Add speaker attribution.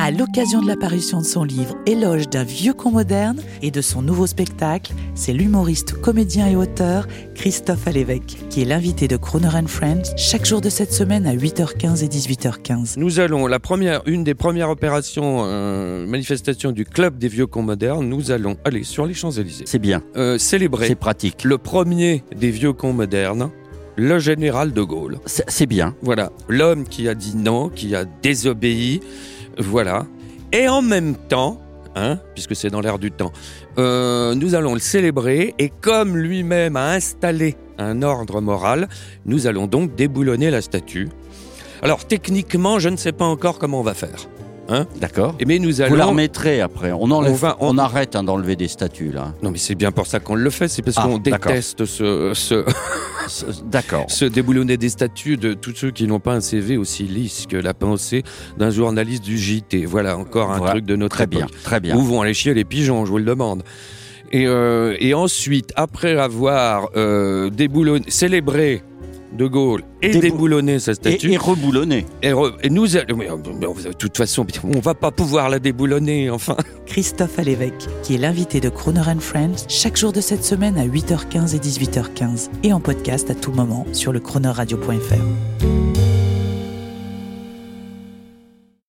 Speaker 1: à l'occasion de l'apparition de son livre Éloge d'un vieux con moderne et de son nouveau spectacle, c'est l'humoriste, comédien et auteur Christophe Alévèque qui est l'invité de Croner Friends chaque jour de cette semaine à 8h15 et 18h15.
Speaker 2: Nous allons, la première, une des premières opérations, euh, manifestation du Club des Vieux Cons Modernes, nous allons aller sur les Champs-Élysées,
Speaker 3: C'est bien,
Speaker 2: euh, célébrer
Speaker 3: c'est pratique.
Speaker 2: le premier des Vieux Cons Modernes, le général de Gaulle.
Speaker 3: C'est c'est bien.
Speaker 2: Voilà, l'homme qui a dit non, qui a désobéi, voilà. Et en même temps, hein, puisque c'est dans l'air du temps, euh, nous allons le célébrer et comme lui-même a installé un ordre moral, nous allons donc déboulonner la statue. Alors techniquement, je ne sais pas encore comment on va faire, hein.
Speaker 3: D'accord.
Speaker 2: Eh, Mais nous
Speaker 3: Vous la
Speaker 2: allons.
Speaker 3: remettrez après. On, enlève,
Speaker 2: On
Speaker 3: on,
Speaker 2: va- on-
Speaker 3: arrête hein, d'enlever des statues là.
Speaker 2: Non, mais c'est bien pour ça qu'on le fait, c'est parce
Speaker 3: Ah,
Speaker 2: qu'on
Speaker 3: d'accord.
Speaker 2: déteste ce, ce,
Speaker 3: C'est- D'accord.
Speaker 2: se déboulonner des statues de tous ceux qui n'ont pas un CV aussi lisse que la pensée d'un journaliste du JT. Voilà encore un
Speaker 3: Voilà.
Speaker 2: truc de notre
Speaker 3: Très
Speaker 2: époque.
Speaker 3: bien, très bien.
Speaker 2: Où vont aller chier les pigeons, je vous le demande. Et, euh, et ensuite, après avoir euh, déboulonné, célébré De Gaulle et
Speaker 3: Débou-
Speaker 2: déboulonné sa statue,
Speaker 3: Et, et reboulonner.
Speaker 2: et re- et nous allons... mais, euh, mais, de toute façon, on va pas pouvoir la déboulonner, enfin.
Speaker 1: Christophe Alévèque qui est l'invité de Croner Friends chaque jour de cette semaine à 8h15 et 18h15 et en podcast à tout moment sur le chronoradio.fr.